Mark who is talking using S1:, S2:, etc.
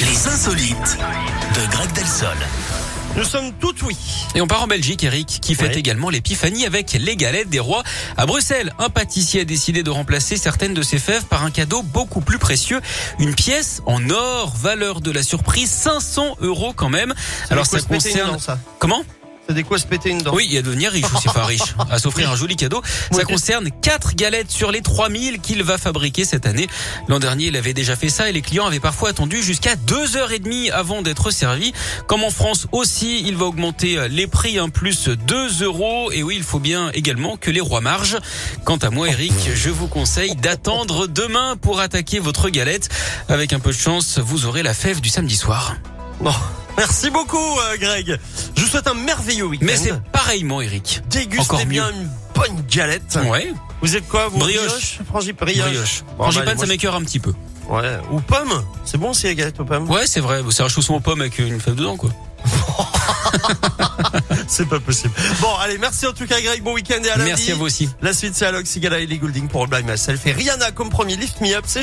S1: Les insolites de Greg Delsol.
S2: Nous sommes tout oui.
S3: Et on part en Belgique, Eric, qui fête
S2: Ouais.
S3: également l'épiphanie avec les galettes des rois. À Bruxelles, un pâtissier a décidé de remplacer certaines de ses fèves par un cadeau beaucoup plus précieux. Une pièce en or, valeur de la surprise, 500 euros quand même. Alors
S2: des quoi
S3: ça
S2: se péter une
S3: concerne...
S2: dent, ça.
S3: Comment
S2: C'est des quoi se péter une dent.
S3: Oui, il y a devenir riche aussi, enfin riche, à s'offrir un joli cadeau. Ça concerne quatre galettes sur les 3000 qu'il va fabriquer cette année. L'an dernier, il avait déjà fait ça et les clients avaient parfois attendu jusqu'à 2h30 avant d'être servis. Comme en France aussi, il va augmenter euh, les prix, un plus 2 euros. Et oui, il faut bien également que les rois margent. Quant à moi, Eric, je vous conseille d'attendre demain pour attaquer votre galette. Avec un peu de chance, vous aurez la fève du samedi soir.
S2: Bon. Merci beaucoup, euh, Greg. Je vous souhaite un merveilleux week-end.
S3: Mais c'est pareillement, Eric.
S2: Dégustez
S3: encore
S2: bien une bonne galette.
S3: Ouais,
S2: Vous êtes quoi, vous
S3: Brioche.
S2: Frangip- brioche.
S3: brioche.
S2: Bon, bah,
S3: Frangipane,
S2: allez, moi,
S3: ça m'écœure un petit peu.
S2: je- Ouais. Ou pomme. C'est bon aussi, la galette aux pommes.
S3: Ouais, c'est vrai. C'est un chausson aux pommes avec une fève dedans, quoi.
S2: C'est pas possible. Bon, allez, merci en tout cas, Greg. Bon week-end et à lundi.
S3: Merci à vous aussi.
S2: La suite, c'est Alok Sigala et Lee Goulding pour All By Myself. Et Rihanna, comme promis, Lift Me Up. C'est